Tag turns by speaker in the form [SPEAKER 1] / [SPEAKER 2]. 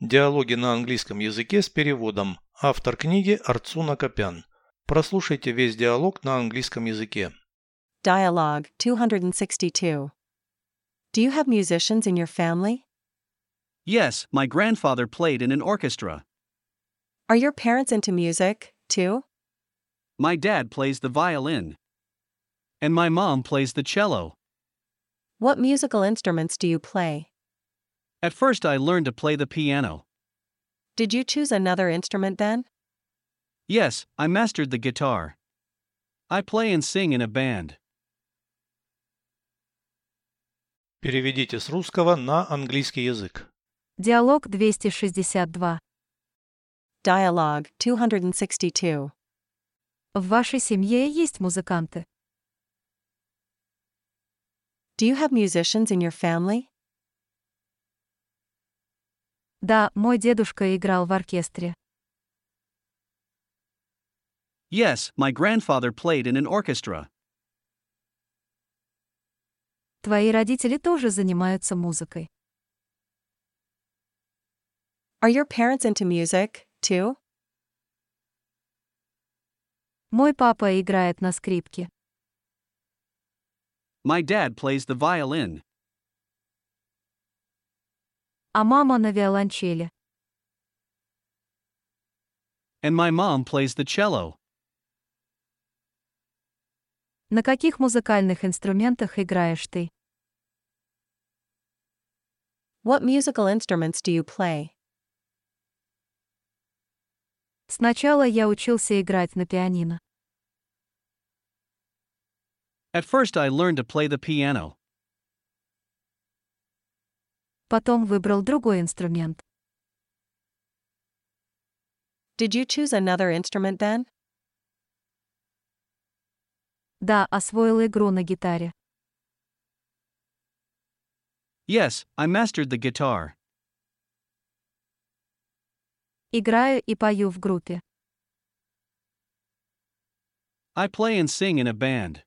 [SPEAKER 1] Диалоги на английском языке с переводом. Автор книги Арцуна Копян. Прослушайте весь диалог на английском языке.
[SPEAKER 2] Dialogue 262. Do you have musicians in your family?
[SPEAKER 3] Yes, my grandfather played in an orchestra.
[SPEAKER 2] Are your parents into music, too?
[SPEAKER 3] My dad plays the violin. And my mom plays the cello.
[SPEAKER 2] What musical instruments do you play?
[SPEAKER 3] At first, I learned to play the piano.
[SPEAKER 2] Did you choose another instrument then?
[SPEAKER 3] Yes, I mastered the guitar. I play and sing in a band.
[SPEAKER 1] Переведите с русского на английский язык.
[SPEAKER 4] Диалог 262.
[SPEAKER 2] Dialogue 262.
[SPEAKER 4] В вашей семье есть музыканты.
[SPEAKER 2] Do you have musicians in your family?
[SPEAKER 4] Да, мой дедушка играл в оркестре.
[SPEAKER 3] Yes, my grandfather played in an orchestra.
[SPEAKER 4] Твои родители тоже занимаются музыкой.
[SPEAKER 2] Are your parents into music, too?
[SPEAKER 4] Мой папа играет на скрипке.
[SPEAKER 3] My dad plays the violin.
[SPEAKER 4] А мама на виолончели.
[SPEAKER 3] And my mom plays the cello.
[SPEAKER 4] На каких музыкальных инструментах играешь ты?
[SPEAKER 2] What musical instruments do you play?
[SPEAKER 4] Сначала я учился играть на пианино.
[SPEAKER 3] At first, I learned to play the piano.
[SPEAKER 4] Потом выбрал другой инструмент.
[SPEAKER 2] Did you choose another instrument then?
[SPEAKER 4] Да, освоил игру на гитаре.
[SPEAKER 3] Yes, I mastered the guitar.
[SPEAKER 4] Играю и пою в группе.
[SPEAKER 3] I play and sing in a band.